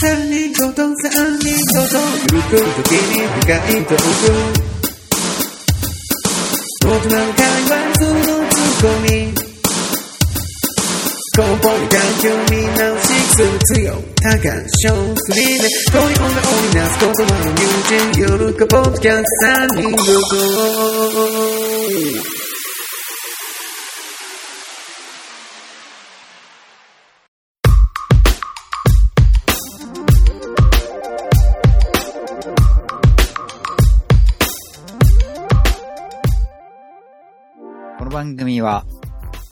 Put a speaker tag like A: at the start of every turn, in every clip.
A: 三人ごと三人ごとゆく時に深いトーク僕なんかはそのツッコミ根本環境見直しする強多感症フリーで恋女を織りなす言葉の友人夜かポッドキャスト三人ごと
B: この番組は、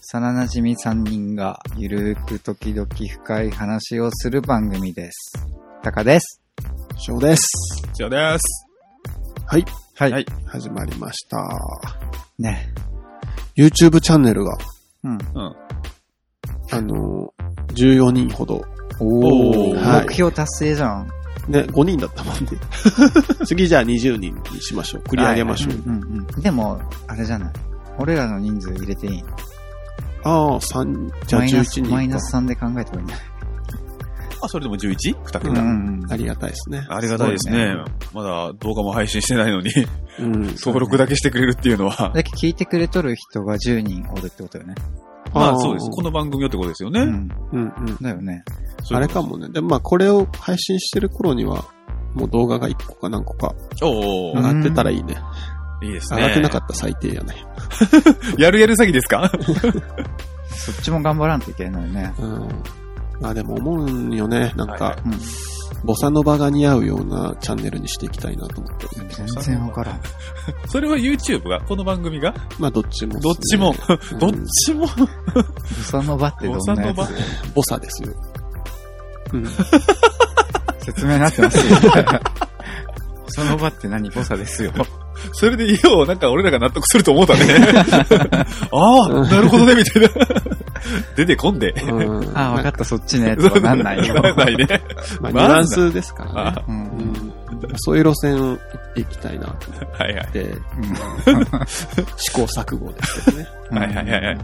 B: 幼なじみ3人がゆるーく時々深い話をする番組です。タカです。
C: 翔です。
D: 以上です。
C: はい。
B: はい
D: はい
C: 始まりました。
B: ね。
C: YouTube チャンネルが、
B: うん。
D: うん。
C: あのー、14人ほど。
B: お
D: お
B: ー、
D: ー
C: はい
B: 目標達成じゃん。
C: ね、5人だったも んで。次じゃあ20人にしましょう。繰り上げましょう。
B: うんうん。でも、あれじゃない。俺らの人数入れていい
C: ああ、3、じゃあ
B: マイ
C: 11
B: ナス、
C: 人か。
B: マイナス3で考えてもいいんだ。
D: あ、それでも 11?2
B: うん
D: 桁、
B: うんうん。
C: ありがたいですね。
D: ありがたいですね
B: すごいね
D: まだ動画も配信してないのに、
C: うん。
D: 登録だけしてくれるっていうのは。
B: だけど聞いてくれとる人が10人おるってことよね。
D: ま
C: ー
D: あそうです。この番組よってことですよね。
B: うん。
C: うんうん。
B: だよね。
D: そうい
C: あれ
D: うこ
C: かもね。でもまあ、これを配信してる頃には、もう動画が1個か何個か
D: と。お
C: 上
B: うん
D: ー
C: がってたらいいね。
D: いいです
C: 上
D: ね。
C: がってなかったら最低やね。
D: やるやる詐欺ですか
B: そっちも頑張らんといけないね。
C: うん。まあでも思うんよね。なん
D: はいは
C: か
D: い、
B: うん。
C: ボサノバが似合うようなチャンネルにしていきたいなと思って。
B: 全然わからん。
D: それは YouTube が、この番組が、
C: まあどっちもすね、
D: どっちも、
C: ん
D: どっちも、
B: ボサノバってど
D: お
B: ん
D: さ
B: な
D: の
B: や
D: ば
B: つ、
C: ボサですよ。うん。
B: 説明になって ますよ。ボサノバって何ボサですよ。
D: それでよう、なんか俺らが納得すると思うたね。ああ、なるほどね、みたいな。出てこんで。
C: うん
B: ああ、わかった、そっちね。とかなん ないよ。
D: なんないね。
C: まあ、
D: まあ
C: ニュアンスですからね。
D: あ
B: うん。
C: うん、そういう路線を行っていきたいなと思
D: ーはいはい。
C: って、試行錯誤ですけどね。
B: うん
D: はいはいはいはい。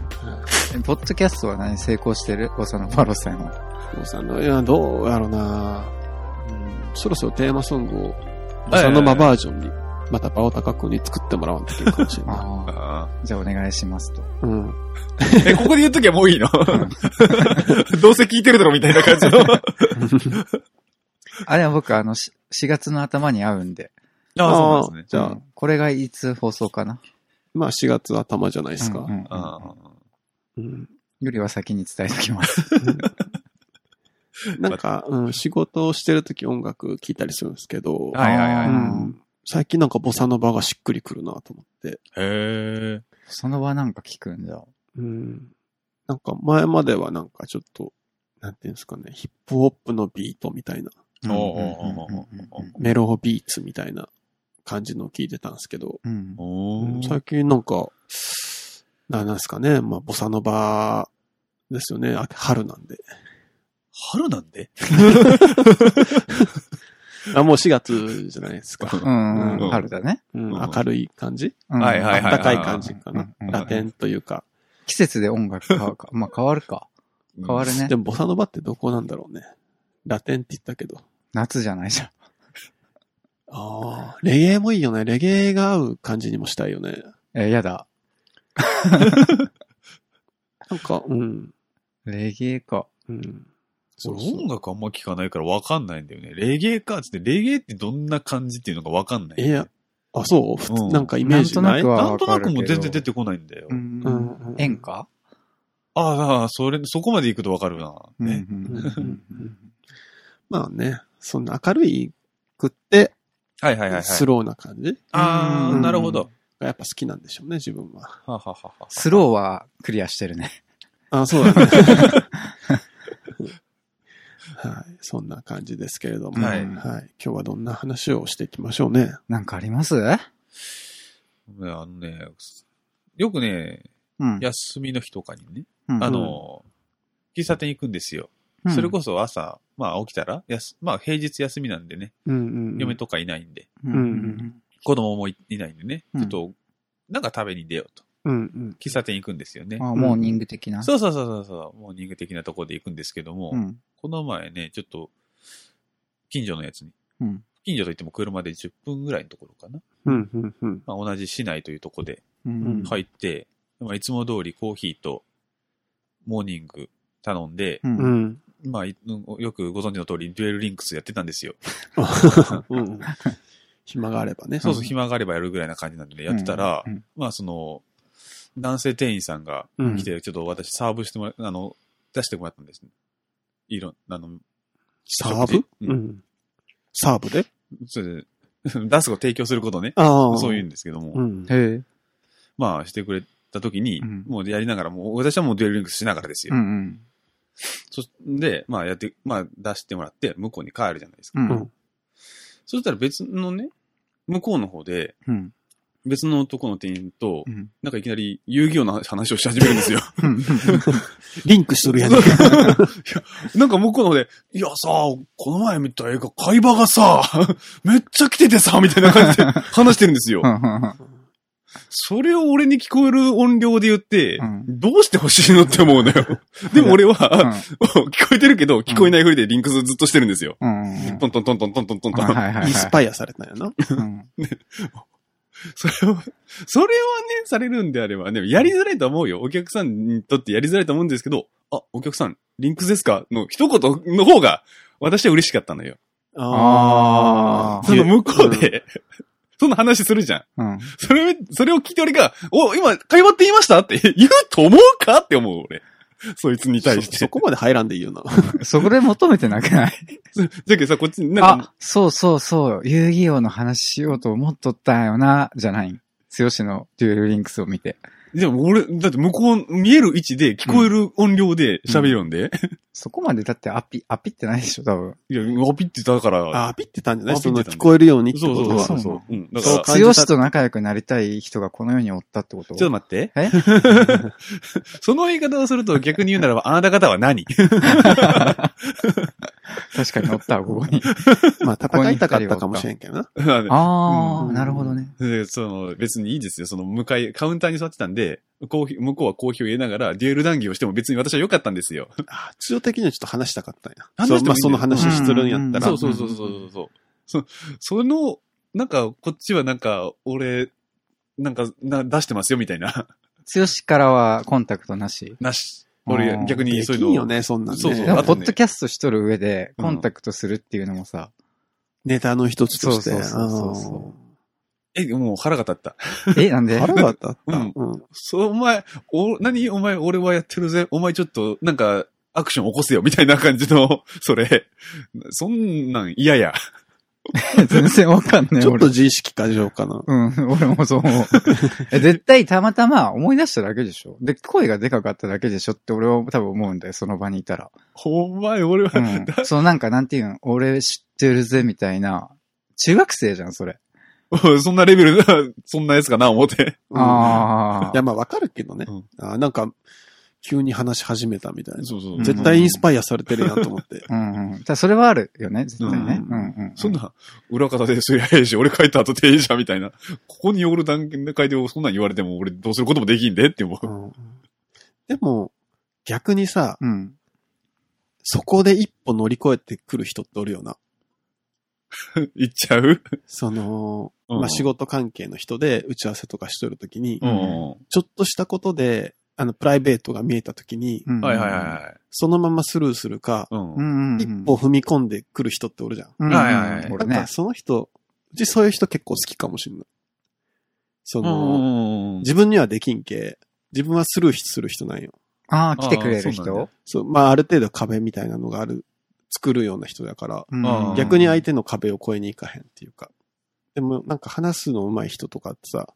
B: ポッドキャストは何成功してるボサノバ路線は。
C: ボサの、いや、どうやろうな、うん、そろそろテーマソングを、ボサのババージョンに、またバオタカ君に作ってもらわんといけないかもしれない。
B: ああ、
D: あ
B: じゃあお願いしますと。
C: うん。
D: ーえ、ここで言っときゃもういいのどうせ聞いてるだろ、みたいな感じの。
B: あれは僕、あの、し4月の頭に会うんで。
D: ああ、そうなんですね。
C: じゃ
B: う
C: あ
B: ん、これがいつ放送かな
C: まあ4月頭じゃないですか
B: うん。うん
D: あ
C: うん
B: よりは先に伝えときます。
C: なんか、うん、仕事をしてるとき音楽聴いたりするんですけど、
D: あ はいはいはい
C: うん最近なんかボサノバがしっくりくるなと思って、
D: あへえ。
B: その場なんか聞くんだ。
C: うん、なんか前まではなんかちょっと、なんていうんですかね、ヒップホップのビートみたいな、
B: うん
D: おうおうおうおう
C: メロビーツみたいな感じのを聴いてたんですけど、
B: うん。
D: お
C: うん
D: ー
C: 最近なんか、ななんですかね、まあボサノバですよね、あ春なんで。
D: 春なんで
C: あ、もう4月じゃないですか。
B: うんう。
C: うんん
B: 春だね。
C: うん、
D: うん
C: 明るい感じ
B: うん
D: はいはい
C: 暖かい感じかな
B: うん。
C: ラテンというか。
B: 季節で音楽変わるか。まあ変わるか。変わ
D: る。
B: るね
C: で。も、ボサノバってどこなんだろうね。ラテンって言ったけど。
B: 夏じゃないじゃん。
C: ああ、レゲエもいいよね。レゲエが合う感じにもしたいよね。
B: え、やだ。
C: なんか、うん。
B: レゲエか。
C: うん。そうそう
D: 音楽あんま聞かないからわかんないんだよね。レゲエかっつって、レゲエってどんな感じっていうのがわかんない。
C: いや、あ、そう普通
D: うん
C: なんかイメージな
B: なんとな
C: い
B: くは
D: なんとなく
B: わか
D: も
B: る
D: う
B: けど
D: 全然出てこないんだよ。
B: うん。
C: うん
B: 演歌
D: ああ、それ、そこまで行くとわかるな。
B: うん
D: ね
B: うん
C: まあね、そんな明るいくって、
D: はいはいはいはい。
C: スローな感じ
D: あ
B: う
D: あ、
B: ん
D: なるほど。
C: がやっぱ好きなんでしょうね、自分は。
D: はははは。
B: スローはクリアしてるね。
C: あ、そうだ ね。はい。そんな感じですけれども。
D: はい
C: はい。今日はどんな話をしていきましょうね。
B: なんかあります
D: ねあのね、よくね、
B: うん。
D: 休みの日とかにね、
B: うん
D: あの、喫茶店行くんですよ。それこそ朝、まあ起きたら、やすまあ平日休みなんでね、
C: うんうんうん。
D: 嫁とかいないんで、
B: そ、うん
C: うん
D: 子供もいいないんでね、
B: うん
D: ちょっと、なんか食べに出ようと。
C: うんうん。
D: 喫茶店行くんですよね。
B: あモーニング的な。
D: そうそうそうそうそう、モーニング的なところで行くんですけども、
B: うん。
D: この前ね、ちょっと、近所のやつに。
B: うん。
D: 近所といっても車で10分ぐらいのところかな。
C: うん、うん、うん。
D: まあ、同じ市内というとこで
B: うん。
D: 入って、まあ、いつも通りコーヒーとモーニング頼んで、
B: うん。
C: うん。
D: まあ、いよくご存知の通り、デュエルリンクスやってたんですよ。
C: うん。暇があればね。
D: そうそう、暇があればやるぐらいな感じなんで、やってたら、
B: うん
D: まあ、その、男性店員さんが来て、ちょっと私サーブしてもら、あの、出してもらったんです、ね。いろん、あの、
C: サーブ
D: う。
C: うんん。サーブで
D: それ で出すを提供することね。
C: あ
D: そうい
C: い
D: うんですけども、
C: うん。
B: へえ。
D: まあ、してくれた時に、
B: うん
D: もうやりながら、もう、私はもうデュエルリンクスしながらですよ。
B: うんうん。
D: そで、まあ、やって、まあ、出してもらって、向こうに帰るじゃないですか。
B: うん。
C: うん
D: そしたら別のね、向こうの方で、
B: うん。
D: 別の男の店員と、
B: うん。
D: なんかいきなり遊戯王の話をし始めるんですよ。
C: リンクしとるやん。
D: なんか向こうの方で、いやさ、この前見た映画、海馬がさ、めっちゃ来ててさ、みたいな感じで話してるんですよ。それを俺に聞こえる音量で言って、
B: うん
D: どうして欲しいのって思うのよ。でも俺は、 聞こえてるけど、聞こえないふりでリンクスずっとしてるんですよ。
B: うん。
D: トントントントントントントントン。
B: はいはいはい。
C: インスパイアされたんやな。
B: うん
D: それは、それはね、されるんであれば、でもやりづらいと思うよ。お客さんにとってやりづらいと思うんですけど、あ、お客さん、リンクスですかの一言の方が、私は嬉しかったのよ。
B: あー
D: その向こうで、 そんな話するじゃん。
B: うん。
D: それ、それを聞いて俺が、お、今、会話って言いましたって言うと思うかって思う、俺。そいつに対し
C: そ
D: て。
C: そこまで入らんでいいよな。
B: そこで求めてなくない
D: そうじゃけどさ、こっち、なんか、
B: あ、そうそうそう、遊戯王の話しようと思っとったんよな、じゃないん。強しのデュエルリンクスを見て。
D: でも俺、だって向こう、見える位置で、聞こえる音量で喋るんで。
B: そこまでだってアピ、アピってないでしょ、多分。
D: いや、アピってたから。
C: あー、ピってたんじゃない
D: あピ
C: そ
D: ッ
C: の
D: てたんだ
C: 聞こえるようにって
D: そ
C: こ
D: う
C: と
D: そう
C: は。
D: そうそう。うん。だから
C: そう、感じた
B: 強しと仲良くなりたい人がこの世におったってこと
D: ちょっと待って。
B: え
D: その言い方をすると逆に言うならば、あなた方は何
B: 確かにおったわ、ここ に。
C: まあ、戦いたかったかもしれんけどな。
B: あ
D: う
B: ー、
D: ん
B: なるほどね。
D: でその、別にいいですよ。その、向かい、カウンターに座ってたんで、コーヒー、向こうはコーヒーを入れながら、デュエル談義をしても別に私は良かったんですよ。
C: あー強的にはちょっと話したかったんや。
D: 話
C: そう
D: して
C: ま
D: も
C: あ、
D: いいんだよ
C: その話するんやった
B: だ
C: ら。
B: か
D: そ
B: ら
D: うそうそうそうそうそう、そ。その、なんか、こっちはなんか、俺、なんか、な出してますよ、みたいな。
B: 強しからはコンタクトなし。
D: なし。
B: あ
D: 俺、
B: ー
D: 逆
C: で
D: にそう
C: き
D: い
C: ん
D: う
C: よ
D: の。
C: ね、そんなんね。
D: そうそう
B: でも、
D: あ
B: ポ
D: とね
B: ッドキャストしとる上で、コンタクトするっていうのも さ、
C: ネタの一つとして。
B: そうそうそうそ
D: え、もう腹が立った。
B: え、なん
C: うん
B: で
C: 腹が立った。
D: うん
C: うん
D: そう、お前、お、何お前、俺はやってるぜ。お前ちょっと、なんか、アクション起こせよ、みたいな感じの、それ。そんなん嫌や。
B: 全然わかんない、
C: ちょっと
B: 俺。
C: 自意識過剰かな。
B: うん、俺もそう 思う。え絶対たまたま思い出しただけでしょ。で、声がでかかっただけでしょって俺は多分思うんだよ、その場にい たら。
D: お前、俺は、
B: うん。そのなんか、なんていうの、俺知ってるぜ、みたいな。中学生じゃん、それ。
D: そんなレベルな、そんなやつかな、思って。
C: うん
B: あ
C: いや、まあわかるけどね。
D: うん
C: あーなんか、急に話し始めたみたいな。
D: そうそうう。
B: ん
C: 絶対インスパイアされてるやんと思って。
B: あ。うんうん。たそれはあるよね、絶対ね。
C: う
B: うんんうん。
D: そんな、裏方でそりゃええし、俺書いた後でええじゃん、みたいな。ここによる段階でそんなん言われても、俺どうすることもできんでって思う。
C: うんでも、逆にさ、
B: うん。
C: そこで一歩乗り越えてくる人っておるよな。
D: 言っちゃう
C: その、
D: うん
C: まあ仕事関係の人で打ち合わせとかしとるときに、
D: うん。
C: ちょっとしたことで、あの、プライベートが見えたときに、
B: うん。
D: はいはいはい。
C: そのままスルーするか、
D: う。
B: うんんうん。
C: 一歩踏み込んでくる人っておるじゃん。
B: うん。
D: はいはいはい
B: 俺
C: なん
B: ね
C: か。その人、うちそういう人結構好きかもしんない。その、
D: うん。
C: 自分にはできんけ、自分はスルーする人なんよ。
B: ああ、来てくれる
D: あーそうなん
B: 人
D: だ
C: そう、まあある程度壁みたいなのがある、作るような人だから、
B: うん
D: あー
C: 逆に相手の壁を越えに行かへんっていうか。でもなんか話すの上手い人とかってさ、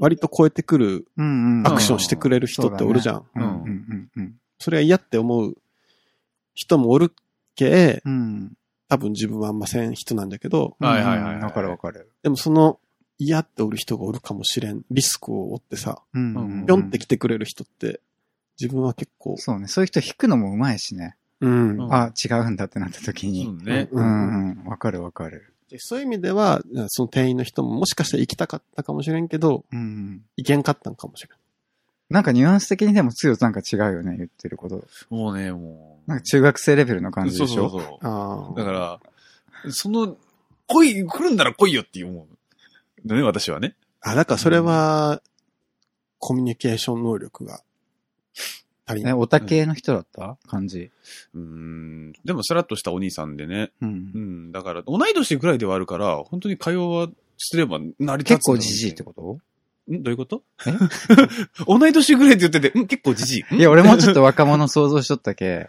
C: 割と越えてくる
B: うんうん。
C: アクションしてくれる人っておるじゃん。そ
B: うん
D: う
B: うんんうん
C: れが嫌って思う人もおるけ、
B: うん。うん。
C: 多分自分はあんません人なんだけど、
D: はいはいはいはい
B: わかるわかる。
C: でもその嫌っておる人がおるかもしれんリスクを負ってさ、
B: うんう。
D: うん
C: ぴょんって来てくれる人って、自分は結構、
B: そうね。そういう人弾くのもうまいしね。
C: うん
D: うん
B: あ、違うんだってなった時
D: そ
B: に。
D: うね。
B: う
C: うん
B: んうん。わかるわかる。
C: でそういう意味では、その店員の人ももしかしたら行きたかったかもしれんけど、
B: うん。
C: 行けんかったんかもしれん。
B: なんかニュアンス的にでもつよなんか違うよね、言ってること。
D: もうね、もう。
B: なんか中学生レベルの感じで
D: そう
B: し
D: そう
B: ょ
D: そう。
C: あ
D: だから、その、来い、来るんなら来いよって思う。のね、私はね。
C: あ。あ、だからそれは、コミュニケーション能力が足りな
B: え、
C: い。
B: おたけの人だった感じ。
D: うーん。でも、さらっとしたお兄さんでね。
B: う。
D: うんん。だから、同い年ぐらいではあるから、本当に会話はすれば成り立つんだろうね。
B: 結構じじいってこと
D: んどういうこと
B: え
D: 同い年ぐらいって言ってて、ん結構じじい。ん
B: いや、俺もちょっと若者想像しとった け。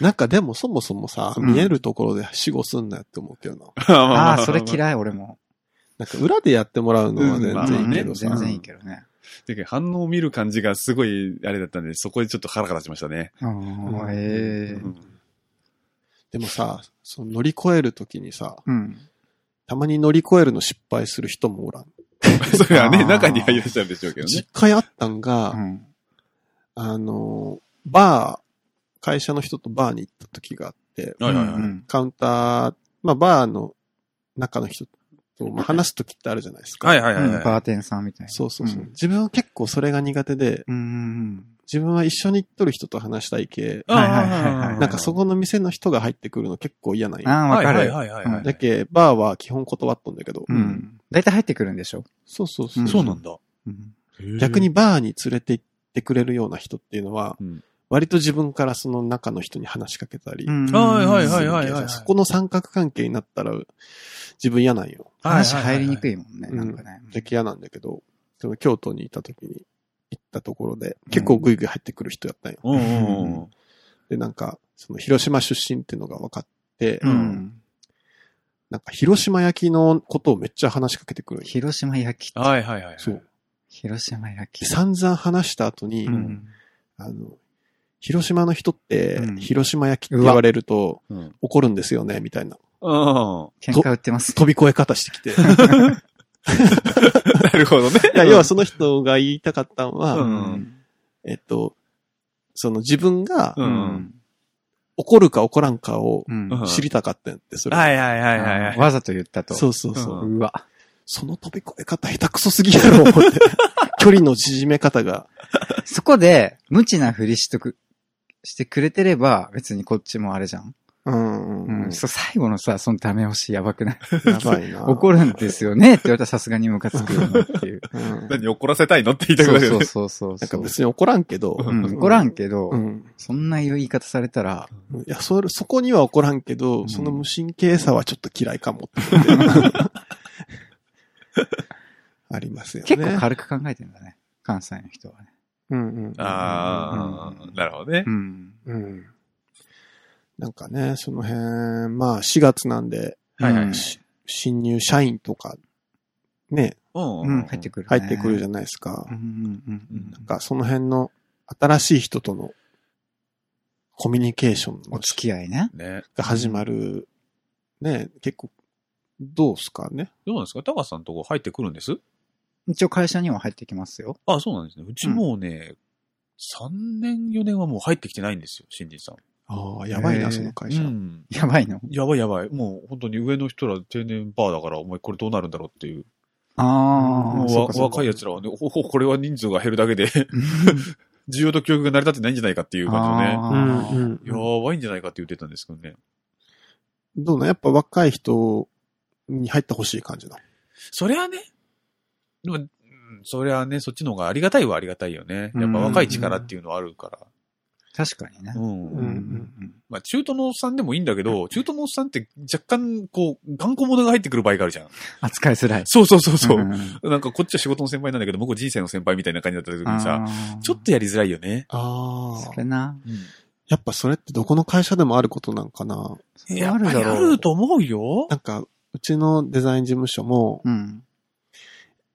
C: なんかでもそもそもさ、
B: うん
C: 見えるところで死後すんなよって思うけどな。
B: ああ、それ
D: い。
B: 嫌い、俺も。
C: なんか裏でやってもらうのは
D: ま
C: 全
D: あ
B: う
C: 然い
B: ん
C: いけ
B: 全
C: どさ。
B: 然いいけどね。
D: だけど反応を見る感じがすごい、あれだったんで、そこでちょっと腹が立ちましたね。
B: あ
C: う
B: あ、
C: ん
B: ええ
D: う。ん
C: でもさ、その乗り越えるときにさ、
B: うん。
C: たまに乗り越えるの失敗する人もおらん。
D: それは
B: あ
D: ね、
B: ー
D: 中にはいらっしゃるでしょうけどね
C: 実。家にあったんが、
B: うん。
C: あの、バー、会社の人とバーに行った時があって、
D: はいはいは
B: う
D: い。
B: ん。
C: カウンター、まあバーの中の人とまあ話す時ってあるじゃないですか。
D: はいはいは
B: う
D: い
B: ん
D: は
B: バーテンさんみたいな。
C: そうそうそ
B: う
C: う。
B: ん
C: 自分は結構それが苦手で、
B: うんうん
C: 自分は一緒に行っとる人と話したい系、
D: い。
B: はいはいはいはい
C: なんかそこの店の人が入ってくるの結構嫌なん
B: うん。
C: や。
B: ああ、わ
D: はい
B: か
D: はい
B: る。
D: はいはいはい。
C: だけ、バーは基本断っとんだけど、
B: うん。だいたい入ってくるんでしょ
C: そうそうそ
B: う
C: う。
B: ん
D: そうなんだ。
B: うん。
C: 逆に、バーに連れて行ってくれるような人っていうのは、
D: うん
C: 割と自分からその中の人に話しかけたり、
D: はいはいはい
C: するけどさそこの三角関係になったら自分嫌なんよ。
B: 話入りにく
D: い。
B: いもんね、
C: うん
B: なんかね。
C: で嫌なんだけど、その京都にいた時に行ったところで、結構グイグイ入ってくる人やったんよ。
D: うんうんうん。
C: で、なんか、その広島出身っていうのが分かって、
D: うん
B: うん。
C: なんか広島焼きのことをめっちゃ話しかけてくるんよ。
B: 広島焼き。
D: はいはいはい。
C: そう。
B: 広島焼き。
C: で散々話した後に、
B: うん。
C: あの、広島の人って
B: うん、
C: 広島焼きって言われると
D: うん。うん。
C: 怒るんですよね、みたいな。
B: 喧嘩売ってます。
C: 飛び越え方してきて。
D: なるほどね。
C: いや要はその人が言いたかったのは、
D: うん
C: えっと、その自分が
D: う
B: うんん。
C: 怒るか怒らんかを
B: うん。
D: ん
C: 知りたかったんやって、それ。
D: はいはいはいはいはい。
B: わざと言ったと。
C: そうそうそう。
D: う
B: うわ。
C: その飛び越え方下手くそすぎやろ、思って。距離の縮め方が。
B: そこで、無知なふりしとく、してくれてれば、別にこっちもあれじゃん。
C: うん
B: う
C: うん
B: ん。そう最後のさ、そのダメ押しやばくない
C: やばいな。
B: 怒るんですよねって言われたらさすがにムカつくよなっていう。
C: うん
D: 何怒らせたいのって言いたく
B: そ
D: な
B: う
D: る
B: そ
D: よ
B: う
D: ね。
B: そうそう
C: なん
B: そ
C: か
B: う。
C: 別に怒らんけど、
B: うん、怒らんけど、
C: うん。
B: そんな言い方されたら、
C: いや、それ、そこには怒らんけど、
B: うん
C: その無神経さはちょっと嫌いかもって。 ありますよね。
B: 結構軽く考えてんだね。関西の人はね。
C: うんうん。
D: ああ、なるほどね
B: う。ん。
C: うん。なんかね、その辺、まあ4月なんで、
D: はいはい
B: うん
C: し新入社員とか、ね、
D: うん
B: うん、入ってくる、
C: 入ってくるじ
B: ゃ
C: ゃないですか。
B: ん。うんうんうん
C: なんかその辺の新しい人とのコミュニケーション
B: お
C: の
B: 付き合いね。
D: ね。
C: が始まる、ね、結構、どうすかね。
D: どうなんですか高橋さんのとこ入ってくるんです
B: 一応会社には入ってきますよ。
D: あ、そうなんですね。うちもうね、3年4年はもう入ってきてないんですよ、新人さん。
C: ああ、やばい
B: へえ
C: な、その会
D: う
C: 社。
D: ん。
B: やばいの。
D: やばいやばい。もう本当に上の人ら定年バーだから、お前これどうなるんだろうっていう。
B: あ
D: も
B: あ、
D: う
B: そう
D: わ
B: かそうか
D: 若い奴らはね、おおこれは人数が減るだけで、需要と供給が成り立ってないんじゃないかっていう感
C: う
B: あ
C: ん
B: ー
C: うん
D: じのね。やばいんじゃないかって言ってたんですけどね。
C: どうなんやっぱ若い人に入ってほしい感じなの。
D: そりゃね、でもうんそりゃね、そっちの方がありがたいはありがたいよね。やっぱ若い力っていうのはあるから。
B: 確かにね。
D: うん。
C: うん
D: まあ中途のおっさんでもいいんだけど、中途のおっさんって若干、こう、頑固者が入ってくる場合があるじゃん。
B: 扱いづらい。
D: そうそうそうそう。
B: んん
D: なんかこっちは仕事の先輩なんだけど、僕人生の先輩みたいな感じだった時にさ、
B: あー
D: ちょっとやりづらいよね。
C: あ
B: それな。
C: やっぱそれってどこの会社でもあることなんかな。
B: それ
D: や
B: あるだろう
D: やると思うよ。
C: なんか、うちのデザイン事務所も、
B: うん。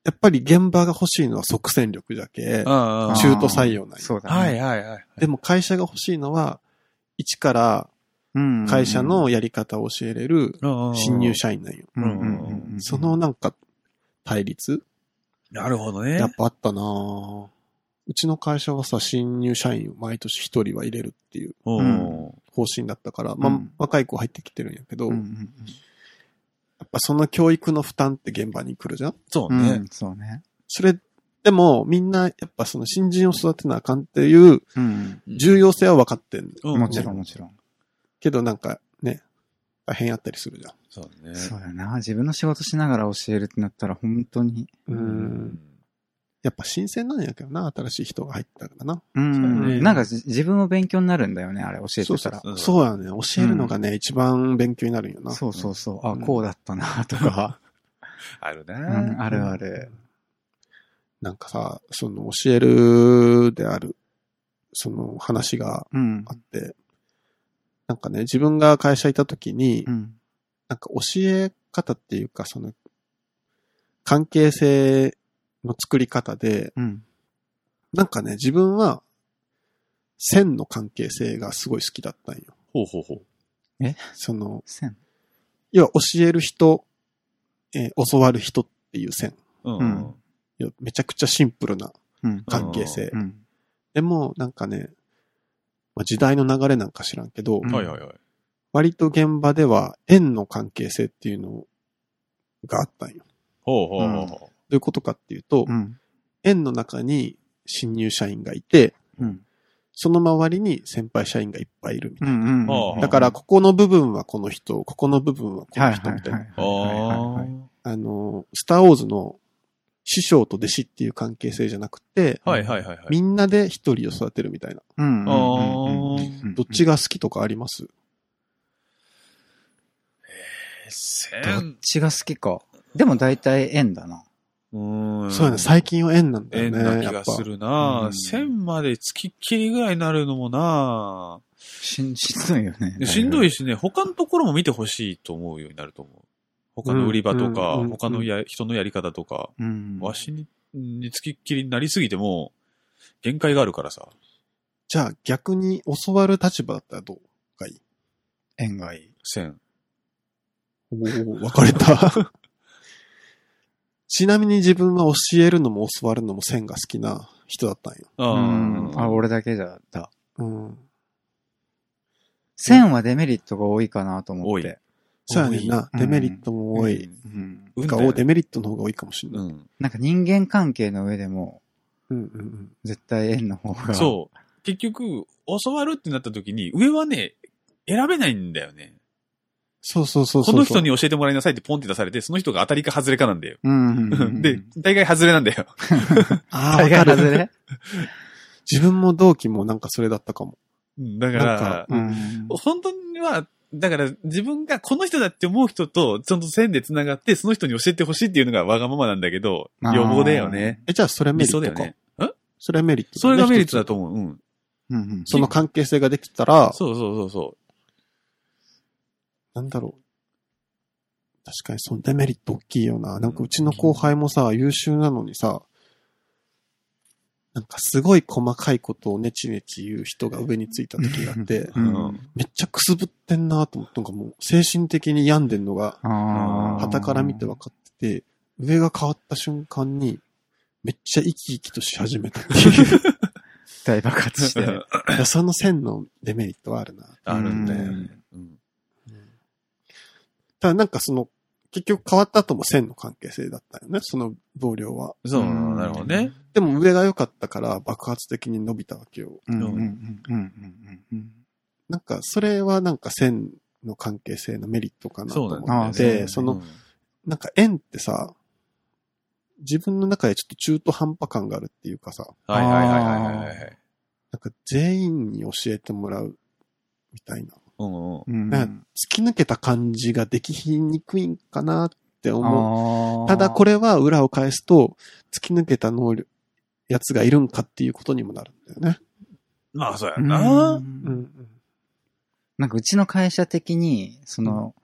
C: やっぱり現場が欲しいのは即戦力じゃけ、
D: あ
C: 中途採用なんよ
B: そうだね。
D: はいはいはい。
C: でも会社が欲しいのは、一から
B: うん
C: 会社のやり方を教えれる新入
D: 者。
C: 社員なんよ。
B: うんうんうんうん
C: そのなんか、対立
D: なるほどね
C: やっ。ぱあったなぁうちの会社はさ、新入社員を毎年一人は入れるっていう
D: うん
C: 方針だったから、まあ、
B: うん
C: 若い子入ってきてるんやけど、
B: うんう
C: やっ
B: ん
C: ぱその教育の負担って現場に来るじゃん
D: そう
B: うんう
D: ね
B: ん。そうね。
C: それっでも、みんな、やっぱその新人を育てなあかんっていう
B: うん。
C: 重要性は分かってん。
D: う
B: もちろん。もちろん。
C: けどなんか、ね、大変やったりするじゃん。
D: そうだね。
B: そうだな。自分の仕事しながら教えるってなったら本当に。
C: うーん。やっぱ新鮮なんやけどな、新しい人が入ったからな。
B: う
D: そうだ
B: ん。
D: ね
B: なんかじ自分も勉強になるんだよね、あれ教え
C: そう
B: てた
C: そ
B: ら。
C: う
D: うん
C: そうやね。教えるのがね、一番勉強になるんよな。
B: そうそうそう。あ、
C: うん
B: こうだったな、とか。
D: あるね。
B: うん、あるある。
C: なんかさ、その教えるである、その話が
B: うん
C: あ。って、なんかね、自分が会社いた時に
B: う、ん。
C: なんか教え方っていうか、その、関係性の作り方で、
B: うん。
C: なんかね、自分は、線の関係性がすごい好きだったんよ。
D: ほうほうほう。
C: その、
B: 線。
C: 要は教える人、えー教わる人っていう線。
D: うん
B: うん
C: 要はめちゃくちゃシンプルな
B: うん。
C: 関係性
B: う。ん。
C: でも、なんかね、まあ、時代の流れなんか知らんけど、
B: うん
D: はいはいはい。
C: 割と現場では縁の関係性っていうのがあったんよ。
D: ほうほうほうほ
C: どういうことかっていうと、
B: うん。
C: 縁の中に新入社員がいて、
B: うん。
C: その周りに先輩社員がいっぱいいるみたい
B: うんうん
D: あ
B: う
D: あ
B: ん。
C: な。だから、ここの部分はこの人、ここの部分はこ
B: は
C: の
B: い
C: 人
B: はい
C: みたい
B: は
C: な。
B: い。
D: う。あ
C: あの、スターウォーズの師匠と弟子っていう関係性じゃなくて、
D: あ。はいはいはいはい。
C: みんなで一人を育てるみたいな。
B: うん。
D: あ
C: どっちが好きとかあります
B: どっ
D: 線。
B: ちが好きか。でも大体円だな。
D: うん
C: そうやね、最近は縁なんだよ
D: 縁
C: ね。
D: な気
C: や
D: が
C: っぱ
D: するな
B: うん
D: 線まで付きっきりぐらいになるのもな
B: しん、しんどいよね。
D: でしんどい
B: し。
D: しね、他のところも見てほしいと思うようになると思う。他の売り場とか、
C: うんうん
D: 他のや人のやり方とか、
B: うん。
D: わしににつきっきりになりすぎても、限界があるからさ。
C: じゃあ逆に教わる立場だったらどうがいい
B: 円がいい。
D: 線。
C: おお分かれた。 ちなみに自分は教えるのも教わるのも線が好きな人だったんよ。
D: あ
B: うん。
D: あ
B: あ、俺だけじゃだ。
C: うん。
B: 線はデメリットが多いかなと思って。
C: そうやねんな。
B: 多い
C: デメリットも多い。
B: うん。
D: 運
C: が
D: だよ
C: デメリットの方が多いかもしれ
D: う
C: ない。
D: ん。
B: なんか人間関係の上でも、
C: うんうんうん。
B: 絶対円の方が。
D: そう。結局、教わるってなった時に、上はね、選べないんだよね。
C: そうそうそうそ
D: こ
C: う。
D: の人に教えてもらいなさいってポンって出されて、その人が当たりか外れかなんだよ。
B: う。うんうん うん。
D: で、大概外れなんだよ。
C: ああ、
B: 大
C: わか
B: 概外
C: る。
B: れ
C: 自分も同期もなんかそれだったかも。
D: うんだか
C: なん
D: ら
C: か、
B: う
C: うん
B: ん。
D: 本当には、だから自分がこの人だって思う人と、ちゃんと線で繋がって、その人に教えてほしいっていうのがわがままなんだけど、
B: あー
D: 予防だよね。
C: え、じゃあそれはメ
D: 理
C: リット
D: 想だ
C: か。
D: よね。ん
C: それはメリット
D: そ
C: だ
D: れ
C: ね、
D: がメリットだ
C: 一つ
D: と思う。うん。
B: うんうん
C: その関係性ができたら、
D: そうそうそうそ
C: なんだろう。確かにそのデメリット大きいよな。なんかうちの後輩もさ、優秀なのにさ、なんかすごい細かいことをネチネチ言う人が上についた時があって
B: う、
D: う。
B: ん
D: うん。
C: めっちゃくすぶってんなと思ったのがもう精神的に病んでんのが、
B: ああ。
C: 旗から見て分かってて、上が変わった瞬間に、めっちゃ生き生きとし始めたって いう。
B: 大爆発 して。
C: いやその線のデメリットはあるな。
D: あるんだよ
B: う
D: ね
B: ん。
D: うん
C: ただなんかその、結局変わった後も線の関係性だったよね、その同僚は。
D: そう、
B: うん
D: なるほどね。
C: でも上が良かったから爆発的に伸びたわけよ。
B: うんうんうんうんうんうん。
C: なんか、それはなんか線の関係性のメリットかなと
D: そう
C: 思
D: なんだよ
B: あ
D: ね。
C: っ
B: ー
C: て、
B: そう
C: その、なんか縁ってさ、自分の中でちょっと中途半端感があるっていうかさ、
D: うんはいはいはいはいはいはい。
C: なんか全員に教えてもらうみたいな。
D: うんうん。
B: うん
C: なんか突き抜けた感じができにくいんかなって思う。
B: ああ。
C: ただこれは裏を返すと、突き抜けた能力、やつがいるんかっていうことにもなるんだよね。
D: まあ、そうや
B: うん
D: な。
C: うん。
B: なんかうちの会社的に、その、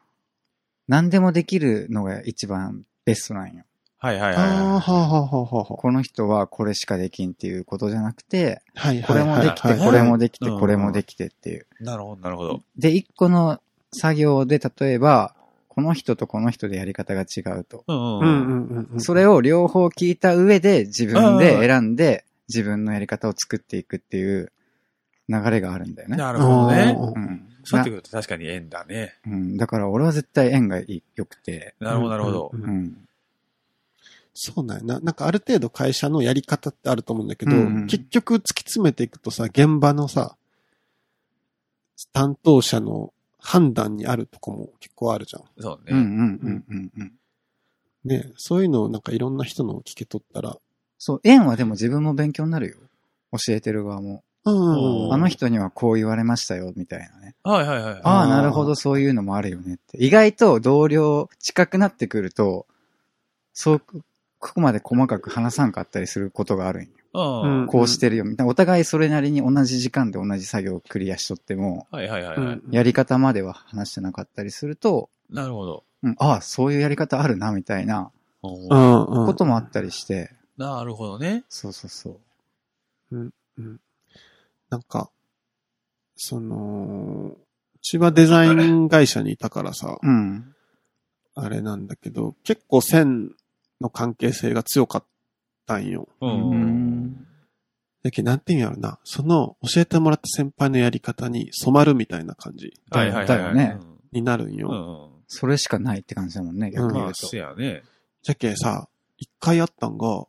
B: 何でもできるのが一番ベストなんよ。
D: はいはいはいは
C: ああ、はあはあはあはあはあ。
B: この人はこれしかできんっていうことじゃなくて、
C: はい
B: こ
C: はい
B: れ
C: はい
B: も
C: は
B: で
C: いはい
B: きて、これもできて、
D: うん
B: これもできてっていう。
D: い。なるほど、なるほど。
B: で、一個の作業で例えば、この人とこの人でやり方が違うと。
D: うん
C: う
D: うん。
C: うんんうんうん。
B: それ
C: を、
B: を両方聞いた上で自分で選んで自分のやり方を作っていくっていう流れがあるんだよね。
D: なるほどね。
B: う
C: うん
B: ん。
D: そうやってくると確かに縁だね。
B: なうん。だから俺は絶対縁が良くて、
D: なるほど、なるほど。
C: うん
B: うん。
C: そうなんやな。なんかある程度会社のやり方ってあると思うんだけど、
B: うんうん
C: 結局突き詰めていくとさ、現場のさ、担当者の判断にあるとこも結構あるじゃん。
D: そう
B: うんう
D: ね。
B: んうんうんうん。
C: ねそういうのをなんかいろんな人のを聞け取ったら、
B: そう、縁はでも自分も勉強になるよ。教えてる側も。
C: うん
D: おー
B: あの人にはこう言われましたよ、みたいなね。
D: はいはいはい。
B: あ
C: あ
B: あ、
C: ー
B: なるほど、そういうのもあるよねって。意外と同僚近くなってくると、そう、ここまで細かく話さんかったりすることがあるんよ。
D: あ
C: うん
B: こうしてるよ、みたいな。お互いそれなりに同じ時間で同じ作業をクリアしとっても、
D: はいはいはい。
C: う
D: はい
C: ん
B: やり方までは話してなかったりすると、
D: なるほど。
B: うん、ああ、そういうやり方あるな、みたいな
C: う
D: おー
C: んうん
B: こともあったりして、
D: なるほどね。
B: そうそうそう。
C: なんか、その、うちはデザイン会社にいたからさ、
B: うん。
C: あれなんだけど、結構線の関係性が強かったんよ。
D: う。
B: うんん。
C: だけど、なんていうんやろな。その、教えてもらった先輩のやり方に染まるみたいな感じ
D: はいはいはい
B: だ
D: は
B: よ
D: い。
B: ね
C: になるんよ。
D: うん。うん
B: それしかないって感じだもんね、逆に
C: うん
B: 言
D: ま
B: う
D: あ、
B: と。
D: せやね。
C: じゃけさ、一回あったんが、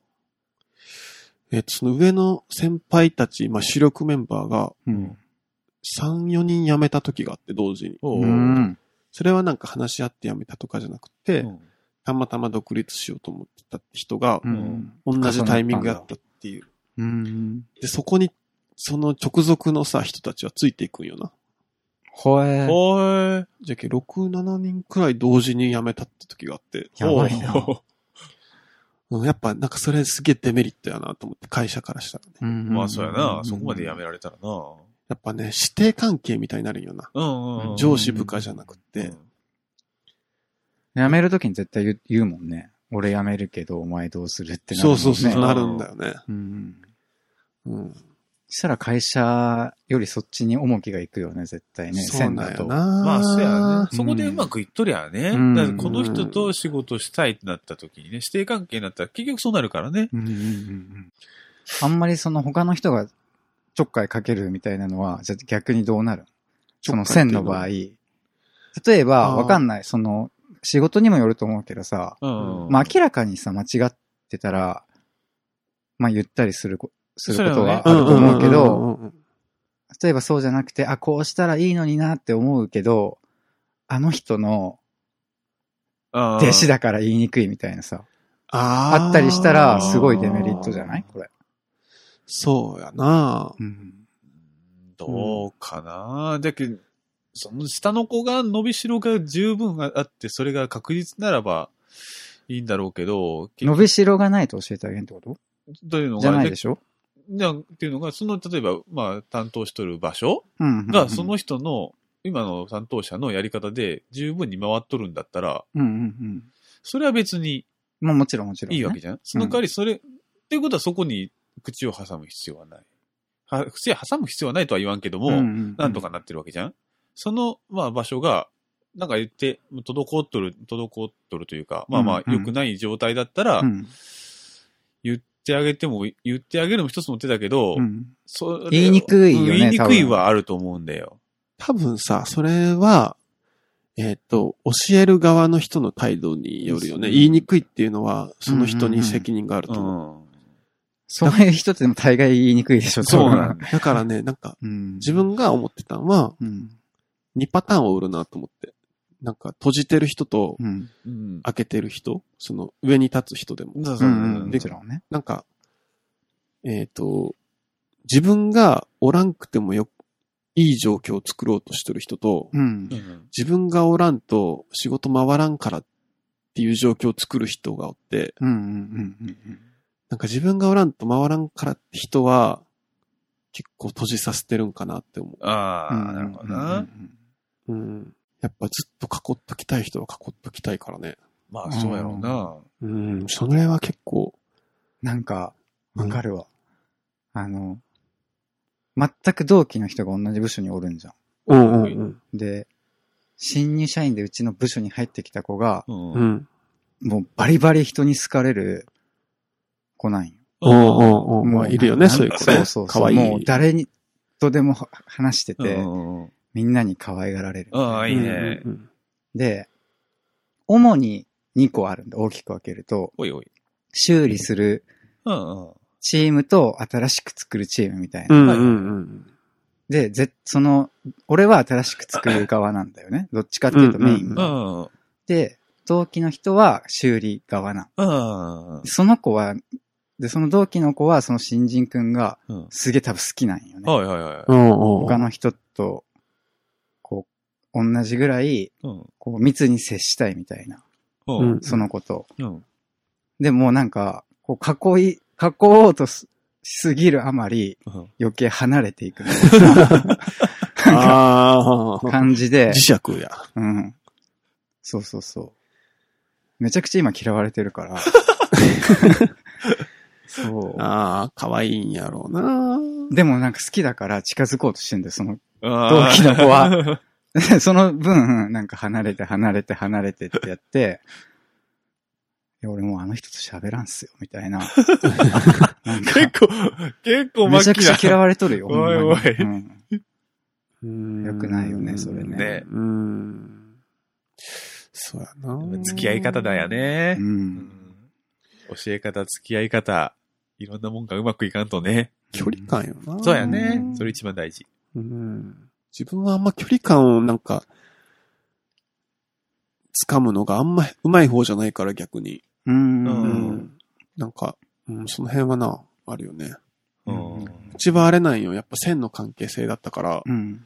C: えっと、その上の先輩たち、まあ、主力メンバーが
B: うん。
C: 3、4人辞めた時があって、同時に。
D: お
B: う
D: ー
B: ん。
C: それはなんか話し合って辞めたとかじゃなくて、
D: うん
C: たまたま独立しようと思ってた人が
B: う、ん。
C: 同じタイミングやったっていう。
B: うん。
C: で、そこに、その直属のさ、人たちはついていくんよな。
B: ほえ。
D: ほー
C: じゃけ、6、7人くらい同時に辞めたって時があって、
B: やばいな。
D: おー
C: うん、やっぱなんかそれすげえデメリットやなと思って、会社からしたらね。
B: ま
D: まあ、そうやな。そこまでやめられたらな。う
C: やっぱね、師弟関係みたいになるんよな。
D: んうんうん。
C: 上司部下じゃなくて、
B: やめるときに絶対言う言うもんね。俺やめるけど、お前どうするってなる
C: そ
B: もん
C: う
B: ね。
C: そうそう、
D: ね
C: なるんだよね。
B: うん。
C: うん。
B: そしたら会社よりそっちに重きがいくよね、絶対ね。
C: そう
B: 線
C: な
B: だ
C: んや
B: と。
C: な。
D: まあ、そうやね。
B: うん
D: そこでうまくいっとりゃね。
B: うん
D: だからこの人と仕事したいってなった時にね、指定関係になったら結局そうなるからね。
B: うんうんうんうん。あんまりその他の人がちょっかいかけるみたいなのは、じゃあ逆にどうなるその線の場合。例えば、
C: あー
B: わかんない。その、仕事にもよると思うけどさ、
D: うん。
B: まあ明らかにさ、間違ってたら、まあ言ったりするこ、することはあると思うけ
C: ん
B: ど、
C: んうんうん、
B: 例えばそうじゃなくて、あ、こうしたらいいのになって思うけど、あの人の
D: あー
B: 弟子だから言いにくいみたいなさ、
C: あー
B: あったりしたら、すごいデメリットじゃないこれ。
C: そうやな。
B: うん。
D: どうかな、だけど、その下の子が伸びしろが十分あって、それが確実ならばいいんだろうけど、
B: 伸びしろがないと教えてあげんってこと
D: というの
B: じゃ
D: が、
B: ないでしょ
D: なんっていうのが、その、例えば、まあ、担当しとる場所
B: うんうん。
D: が、その人の、今の担当者のやり方で十分に回っとるんだったら、
B: うんうんうん。
D: それは別に
B: まあもちろんもちろんね。
D: いいわけじゃん、その代わり、それ、っていうことはそこに口を挟む必要はない。は、口を挟む必要はないとは言わんけども、
B: うんうんうん
D: なんとか。なってるわけじゃんその、まあ場所が、なんか言って、滞っとる、滞っとるというか、まあま
B: うん
D: あ
B: うん
D: 良くない状態だったら
B: う、ん。
D: 言ってあげても、言ってあげるのも一つの手だけど、
B: うん。
D: それ
B: 言いにくいよね
D: うん言いにくい
B: 多分
D: はあると思うんだよ。
C: 多分さ、それは、えっ、と、教える側の人の態度によるよね。
D: うん
C: 言いにくいっていうのは、その人に責任があると
D: う
C: 思う。
D: ん。
B: そういう人ってでも大概言いにくいでしょ、
D: そうなん
B: ん
D: だ。
C: だからね、なんか、
B: うん。
C: 自分が思ってたのは、
B: うん。
C: 2パターンを売るなと思って。なんか、閉じてる人と、
B: うん。
D: うん。
C: 開けてる人、その、上に立つ人でも。
D: そう
B: う
D: そう。
B: んうん。
D: うん
B: もちろんね。
C: なんか、えっ、と、自分がおらんくてもよ、いい状況を作ろうとしてる人と、
B: うん
D: う。ん
C: 自分がおらんと仕事回らんからっていう状況を作る人がおって、
B: うんうんうんうんうん。
C: なんか自分がおらんと回らんからって人は、結構閉じさせてるんかなって思
D: あ
B: うん
D: あ、なるほ
B: うんうん
D: どな。
C: う。うん。やっぱずっと囲っときたい人は囲っときたいからね。
D: まあそうやろうな。
C: うん、それは結構。
B: なんか、わか
C: る。
B: るわ。あの、全く同期の人が同じ部署におるんじゃ
C: うんうんうん。
B: ん。で、新入社員でうちの部署に入ってきた子が、
D: うん。
C: う
D: うん
C: ん。
B: もうバリバリ人に好かれる子なんよ。
C: おうおうおうまあいるよ
B: な
C: ね、
B: ん
C: そういう
B: か
C: 子
B: そ
C: ね。
B: うそうそう。
C: かわいい。
B: もう誰にとでも話してて、
D: うん
B: みんなに可愛がられる。
D: ああ、いいね。
C: うんうんうん
B: で、主に2個あるんで、大きく分けると、
D: おいおい。
B: 修理する
D: うんうん。
B: チームと新しく作るチームみたいな。
C: うんうんうん。
B: で、ぜ、その、俺は新しく作る側なんだよね。どっちかっていうとメイン
C: うん
D: う
B: が。
D: んうん。
B: で、同期の人は修理側な。
D: うんうん。
B: その子は、で、その同期の子は、その新人くんが、
D: うん
B: すげえ多分好きなんよね。
D: はいはいは
C: うんうん。
B: 他の人と、こう、同じぐらい、
D: い。うん。
B: こう、密に接したいみたいな、
D: う
C: うん
D: ん。
B: その子と。
D: うん。
B: で、もうなんか、こう、囲い、囲おうとすしすぎるあまり、
D: うん
B: 余計離れていく
C: あ あ、
B: 感じ で、
C: 磁石や。
B: うん。そうそうそう。めちゃくちゃ今嫌われてるから。 そう。
C: ああ、可愛いんやろうな。
B: でもなんか好きだから近づこうとしてんだよ、その。
D: 同
B: 同期の子は。その分、なんか離れて離れて離れてってやって、いや、俺もうあの人と喋らんすよ、みたい な。なんか
D: 結構、結構
B: めちゃくちゃ嫌
D: わ
B: われとるよ、ほんまに
D: おいおい
B: うん
C: よ
B: 良くないよねそれね
D: ね
C: うん。そうやな。
D: 付き合い方だよ。ね
B: う。 ん。
D: うん教え方、付き合い方、いろんなもんがうまくいかんとね。
C: 距離感よな。
D: そうやね
B: う。ん
D: それ一番大事。
C: うん。自分はあんま距離感をなんか、掴むのがあんまうまい方じゃないから逆に。
B: うん。
D: う
C: うん
B: うん
C: なんか、うん、その辺はな、あるよね。
B: うん
D: うん
C: うちはあれなんよ。やっぱ線の関係性だったから、
B: うん。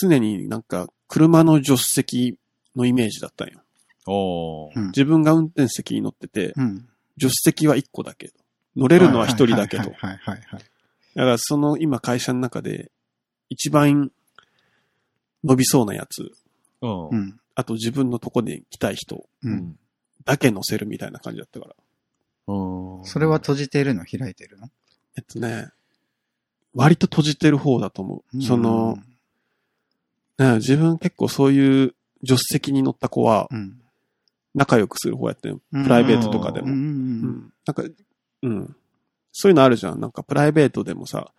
C: 常になんか車の助手席のイメージだったんよ。
D: おー
B: うん
C: 自分が運転席に乗ってて、
B: うん。
C: 助手席は1個だけど。乗れるのは1人だけ
B: は
C: ど
B: い。はいはいはい。
C: だからその今会社の中で一番伸びそうなやつ、
D: う。
B: うんん。
C: あと自分のとこで来たい人
B: う。
D: うんん
C: だけ乗せるみたいな感じだったから。
D: うん
B: それは閉じてるの開いてるの
C: えっとね、割と閉じてる方だと思う。その、、ね自分結構そういう助手席に乗った子は
B: うん。
C: 仲良くする方やってん
B: うん
C: プライベートとかで
B: う
C: も。
B: んう
C: うん
B: ん
C: なんか、うん。そういうのあるじゃん。なんかプライベートでもさ、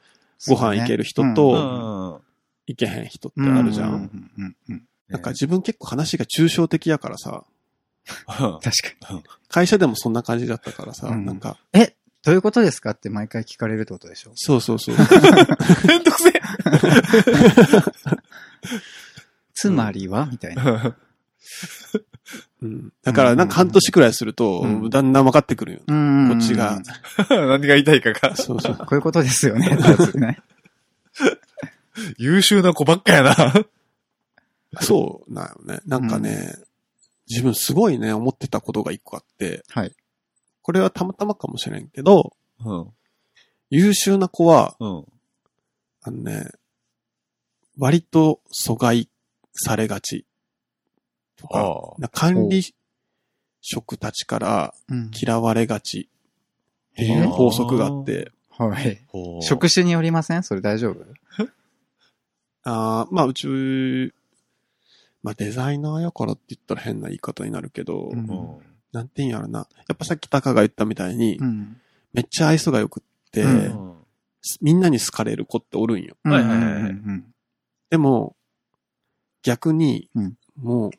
C: ご飯行ける人
D: う
C: と
D: ん
C: 行けへん人って
B: うん、
C: あるじゃ。
B: うんうんうん
C: なんか自分結構話が抽象的やからさ、
D: うん
B: 確かに。
C: 会社でもそんな感じだったからさ、
B: うん
C: なんか、
B: え、どういうことですかって毎回聞かれるってことでしょ
C: そうそうそう。
D: めんどくせえ
B: つまりはみたいな。
C: うん、だから、なんか半年くらいすると、
B: うん
C: だんだん分かってくるよ。
B: うん
C: こっちが。
D: 何が痛いかが。
C: そうそう。
B: こういうことですよね。 ってやつね
D: 優秀な子ばっかやな。
C: そうなのね。なんかね、自分すごいね、思ってたことが一個あって、
B: はい。
C: これはたまたまかもしれんけど、
D: うん。
C: 優秀な子は、
D: うん。
C: あのね、割と阻害されがち。と
D: あ
C: か、
D: あ。
C: な管理職たちから
B: うん
C: 嫌われがち。ってい
B: え
C: う法則があって、
B: はい。
D: ほう
B: 職種によりませんそれ大丈夫
C: ああ、まあ、うち、まあ、デザイナーやからって言ったら変な言い方になるけど、
B: うん
D: う。
C: なんて言うんやろな。やっぱさっきタカが言ったみたいに、
B: ん。
C: めっちゃ愛想が良くって、
B: うん
C: みんなに好かれる子っておるんよ。
D: はいはいはい
B: うんうん
C: でも、逆に、
B: うん
C: もう、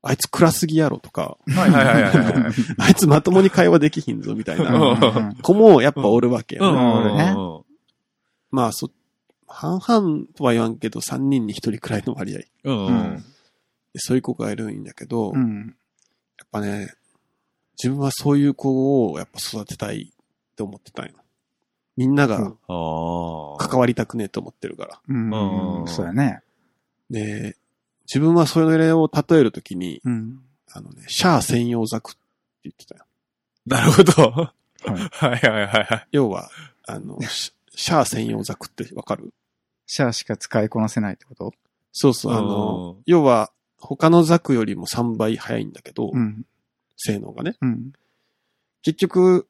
C: あいつ暗すぎやろとか、
D: はいはいはいはいはい。
C: あいつまともに会話できひんぞみ たい
B: うん
C: な
D: うん
C: 子もやっぱおるわけ
D: う
C: よ、
D: ん
C: ね
B: 俺ね
C: まあ、そ、半々とは言わんけど、3人に1人くらいの割合。で
D: うん。
B: うん
D: うん。
C: そういう子がいるんやけど、
B: うんうん
C: やっぱね、自分はそういう子をやっぱ育てたいって思ってたんよ。みんなが
D: ああ。
C: 関わりたくねえと思ってるから。
B: うんうんうんそうやね。
C: で、自分はそれを例えるときに、
B: うん。
C: あのね、シャア専用ザクって言ってたよ。
D: なるほど。はいいはいはいはい。
C: 要は、あ の、シシャア専用ザクってわかる
B: シャアしか使いこなせないってこと
C: そうそう、あ
D: う
C: の
D: ん、
C: 要は、他のザクよりも3倍早いんだけど、
B: うん。
C: 性能がね。
B: うん。
C: 結局、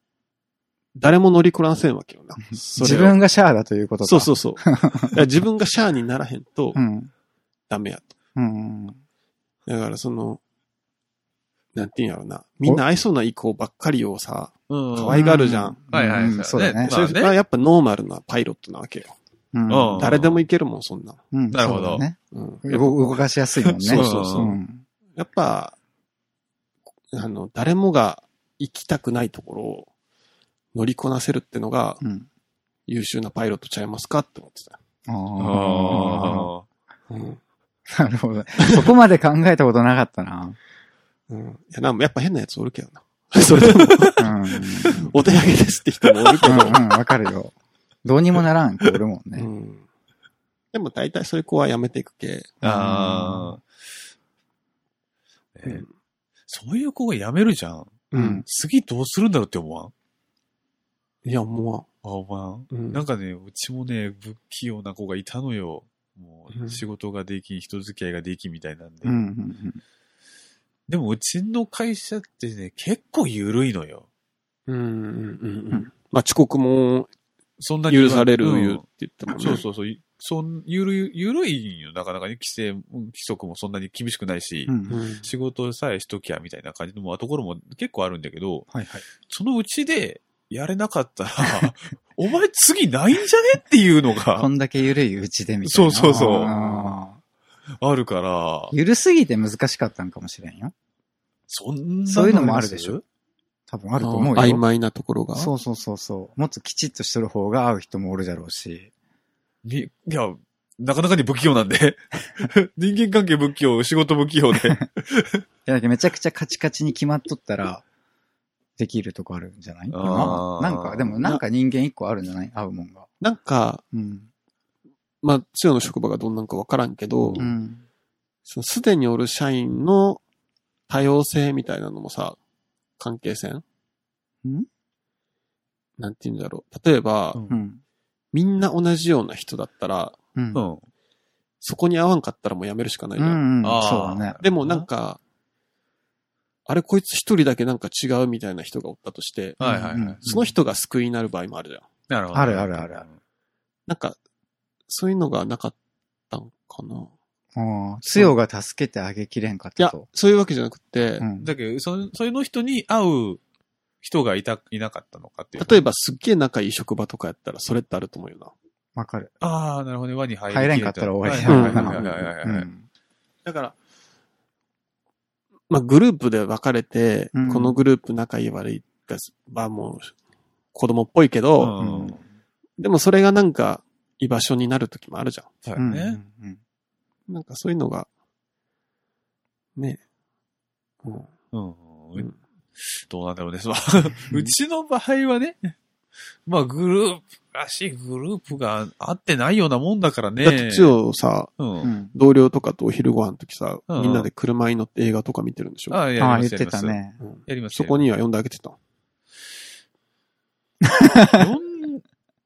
C: 誰も乗りこなせんわけよな。 そ
B: 自
C: れを
B: 分がシャアだということか。
C: そうそう そう。だから自分がシャアにならへんと
B: う。うん。
C: ダメやと。
B: うん。
C: だからその、なんていうんやろな。みんな愛想ないい子ばっかりをさ、
D: うん
C: 可愛がるじゃん。
D: はいはい
B: うんそうだね。
D: まあね
C: それはやっぱノーマルなパイロットなわけよ。
B: うん
D: うん
C: 誰でもいけるもん、そんな。
B: うん
D: なるほど
B: そうだね
C: うん。
B: 動動かしやすいもんね。
C: そうそうそう
B: うん
C: やっぱ、あの、誰もが行きたくないところを乗りこなせるってのが
B: うん。
C: 優秀なパイロットちゃいますかって思ってた。
B: あ
D: ああ。
C: うん。
B: あ。なるほど。そこまで考えたことなかったな。
C: うん。いや、なんもやっぱ変なやつおるけどな。 それで も、
B: うん。う
C: お手上げですって人もおるけ
B: ん、
C: ど。
B: うん、わかるよ。どうにもならんって俺もん
C: う
B: ね。
C: ん。でも大体そういう子はやめていく系。
D: ああ、ね
C: うん
D: そういう子が辞めるじゃん。
B: うん。
D: 次どうするんだろうって思わん
C: いや、も
D: あ、思わん。
C: う、うん。
D: なんかね、うちもね、不器用な子がいたのよ。も
C: う
D: う、
C: ん
D: 仕事ができん、人付き合いができんみたいなんで。
B: うん。うん
D: でも、うちの会社ってね、結構緩いのよ。
C: うん、うん、うん
B: う
C: うんん。まあ、遅刻も
D: そんなに
C: 許される
D: うん
C: 言うって言ってもね。
D: そうそうそう。そん、ゆる、ゆるいんよ。なかなかね、規制、うん規則もそんなに厳しくないし、
B: うん。うん。
C: うん。
D: 仕事さえしときゃみたいな感じのところも結構あるんだけど、
B: はいはい。
D: そのうちでやれなかったら、 お前次ないんじゃねっていうの
B: こ
D: が
B: んだけ緩いうちでみたいな。
D: そうそうそう
B: あ
D: あるから
B: ー、緩すぎて難しかったんかもしれんよ。
D: そんな
B: そういうのもあるでしょ多分あ
C: あ
B: ると思うよ。
C: 曖昧なところが。
B: そうそうそうそう。もっときちっとしとる方が合う人もおるじゃろうし。
D: にいや、なかなかに不器用なんで。 人間関係不器用、仕事不器 用で。
B: いやだけどめちゃくちゃカチカチに決まっとったら、できるとこあるんじゃない
D: あー
B: まあなんか、でもなんか人間一個あるんじゃない合うもんが。
C: なんか、
B: うん。
C: まあ、つよの職場がどんなんかわからんけど、
B: うん。
C: そのすでにおる社員の多様性みたいなのもさ、関係性ん
B: ん
C: なんて言うんだろう。例えば、
D: うん
B: うん。
C: みんな同じような人だったら、
B: うん。
D: う
B: うん
D: ん。
C: そこに合わんかったらもうやめるしかないじ
B: う
C: ゃん。
B: ん。
D: あー
B: そうだね。
C: でもなんか、あれこいつ一人だけなんか違うみたいな人がおったとして、
D: はいはいはい。
B: うん
C: その人が救いになる場合もあるじゃん。
D: なるほど。
B: あるあるあるある。
C: なんか、そういうのがなかったんかな。
B: ああ、つよが助けてあげきれんかっ
C: い
B: た
C: や
B: と。、
C: そういうわけじゃなくて、
B: うん。
D: だけど、そその人に会う人がいた、いなかったのかっていう。
C: 例えばすっげえ仲いい職場とかやったらそれってあると思うよな。
B: わかる。
D: ああ、なるほどね。輪に入り
B: 入れんかったら終わり
D: は
B: だよ
D: いは
B: ない
D: はいはいはいは
B: う
D: いはい。
B: ん。
C: だから、まあグループで分かれて、
B: うん
C: このグループ仲いい悪いが、まあもう、子供っぽいけど、
D: うん。
B: うん
C: でもそれがなんか居場所になる時もあるじゃ
D: そうや
B: うん。
D: ね。
B: うん
C: ん。なんかそういうのが、ねえ。うん
D: うん。
C: うん
D: どうなんだろうね。そううちの場合はね、まあグループらしいグループが合ってないようなもんだからね。
C: だって、ちをさ、
D: うん。
B: うんうん。
C: 同僚とかとお昼ご飯の時さ、
D: うん
C: みんなで車に乗って映画とか見てるんでしょ
D: ああ、やり
B: ああ、
D: ま
B: 言っ
D: すや
B: て
D: りま
B: た
D: す。
B: ね。
C: うん
D: やります。
C: そこには呼んであげてた。
D: やります。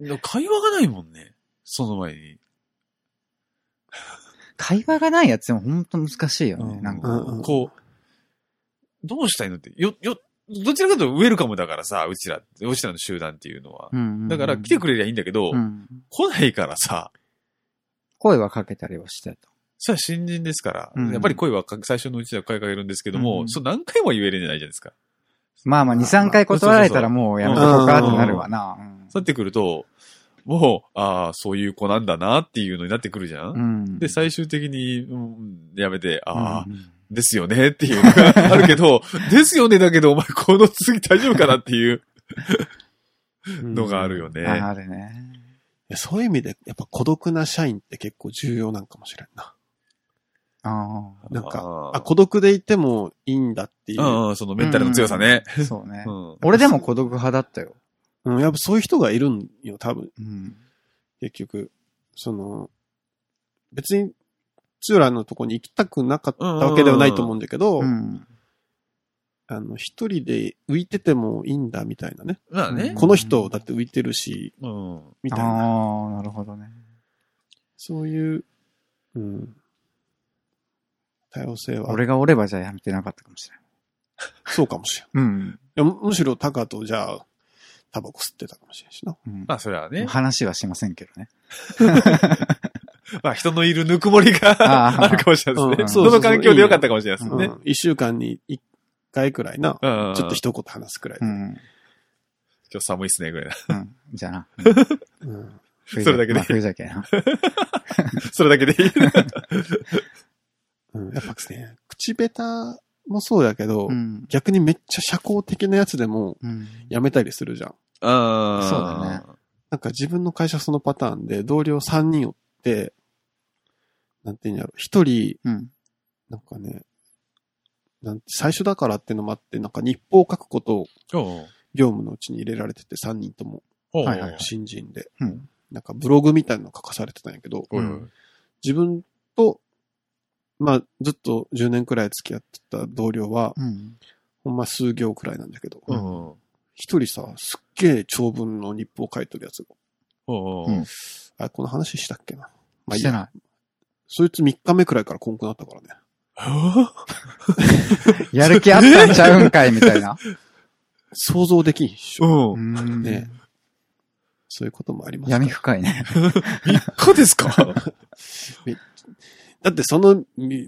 D: よん会話がない もんね。その前に。
B: 会話がないやつでもほんと難しいよ
D: う
B: ね。
D: ん
B: なんか。
C: うんうん
D: こう、どうしたいのって、よ、よ、どちらかというとウェルカムだからさ、うちら、うちらの集団っていうのは。だから来てく
B: れ。
D: れりゃいいんだけど、
B: うん。
D: 来ないからさ、
B: 声はかけたりはしてた。
D: さあ新人ですから、
B: うん
D: やっぱり声はか最初のうちでは声かけるんですけども、
B: うん
D: そう何回も言えるんじゃないじゃないですか。
B: まあまあ、2、3回断られたらもうやめとこうかってなるわな。
D: そうなってくると、もう、ああ、そういう子なんだなっていうのになってくるじゃん。
B: うん。
D: で、最終的に、うん、やめて、ああ、
B: うん
D: ですよねっていうの があるけど、ですよねだけど、お前この次大丈夫かなっていうのがあるよね。
B: あるね。
C: いやそういう意味で、やっぱ孤独な社員って結構重要なんかもしれんな。
B: あ
C: なんか、
D: あー
C: あ、孤独でいてもいいんだっていうう。
D: んうん、そのメンタルの強さね。
B: あ。そうね
D: う。ん。
B: 俺でも孤独派だったよ。
C: うん、やっぱそういう人がいるんよ、多分、
B: うん。
C: 結局。その、別に、ツーラのとこに行きたくなかったわけではないと思うんだけど、
B: うん。
C: あの、一人で浮いててもいいんだみたいなね。
D: まあね。
C: この人だって浮いてるし、
D: うん。
C: みたいな。
B: ああ、なるほどね。
C: そういう、うん。多様性は、
B: 俺がおればじゃやめてなかったかもしれない。
C: そうかもしれん。
B: うん。
C: いやむむしろタカとじゃあ、タバコ吸ってたかもしれんしな。
B: うん
D: まあ、それはね。
B: 話はしませんけど ね。
D: まあ、人のいるぬくもり
B: あ
D: が
B: ー
D: あるかもしれないですね。
C: うん
D: その環境でよかったかもしれないです
C: う
D: ね。
C: ん一週間に一回くらいな、
D: うん
C: ちょっと一言話すくらいで
B: う。ん。
D: 今日寒いっすね、ぐらいな。
B: うん。じゃあな。
C: うん
B: そ
D: それだけで
B: 冬じゃけな。
D: それだけでいい。
C: うんやっぱね、口下もそうやけど、
B: うん。
C: 逆にめっちゃ社交的なやつでも
B: うん。
C: 辞めたりするじゃん。
D: ああ。
B: そうだね。
C: なんか自分の会社そのパターンで、同僚3人おって、なんていうんやろ、1人、
B: うん。
C: なんかね、なん最初だからってのもあって、なんか日報を書くことを業務のうちに入れられてて3人とも
D: おう
B: はいはいはい
C: 新人で、
B: うん
C: なんかブログみたいなの書かされてたんやけど、
D: おいおい
C: 自分と、まあずっと10年くらい付き合ってた同僚は、
B: うん。
C: ほんま数行くらいなんだけど、
D: うんおう
C: 一人さ、すっげえ長文の日報を書いてるやつが。
D: おう
B: うん
C: あれ、この話したっけな。まあいい
B: し
C: や
B: てない。
C: そいつ3日目くらいからこんくなったからね。
B: やる気あったんちゃうんかいみたい な。
C: 想像できんっしょ。
D: うん。
B: ん
C: ねそういうこともありますから
B: 闇深いね。
D: かですか
C: だってその 3,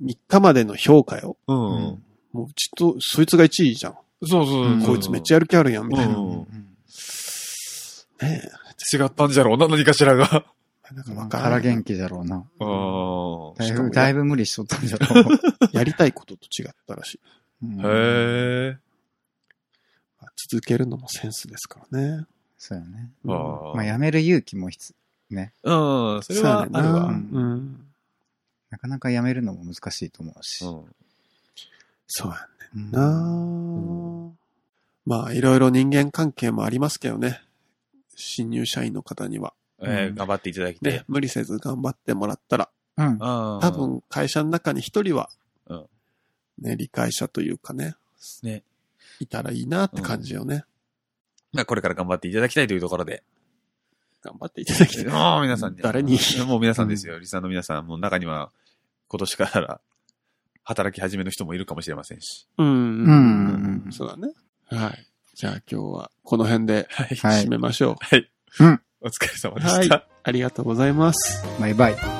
C: 日までの評価よ。
D: う。。
B: うん
C: もうちょっと、そいつが1位じゃん。
D: そうそうう。
B: ん
C: こいつめっちゃやる気あるやん、みたいな。
D: う
B: うんん
C: ねえ
D: 違ったんじゃろうな、何かしらが。
C: なんか
B: まあ
C: わから
B: 空
C: んない。
B: 元気じゃろうな。
D: ああ。
B: だい
C: しかも
B: ぶ、
C: や
B: だいぶ無理しとったんじゃろう。
C: やりたいことと違ったらしい。
B: うん
D: へえ。
C: 続けるのもセンスですからね。
B: そうよね。
C: うん
D: あ
B: まあ、辞める勇気も必
D: あ。うん。それはあ
C: そう
D: る
C: やねんな
D: わ。
C: うん。
B: なかなか辞めるのも難しいと思うし。
D: うん
C: そうやね
B: うん
C: んな、まあ、いろいろ人間関係もありますけどね。新入社員の方には。
D: え
B: う
D: ー
B: ん
D: 頑張っていただき
C: ね
D: て、。
C: 無理せず頑張ってもらったら、
B: うん。
D: 多
C: 多分会社の中に一人は
D: うん、
C: ね、理解者というかね、
D: ね。
C: いたらいいなって感じよね。
D: まあこれから頑張っていただきたいというところで。
C: 頑張っていただきたい。
D: もう皆さんね
C: 誰に
D: もう皆さんですよ。リサの皆さん、もう中には、今年から働き始めの人もいるかもしれませんし。
C: うん
B: うんうんうん
C: そうだね。はい。じゃあ今日はこの辺で
D: はい。
B: はい
C: 締めましょ
D: はい。
B: うん
D: お疲れ様
C: う。
D: でした。
C: ありがとうございます。
B: バイバイ。
D: バ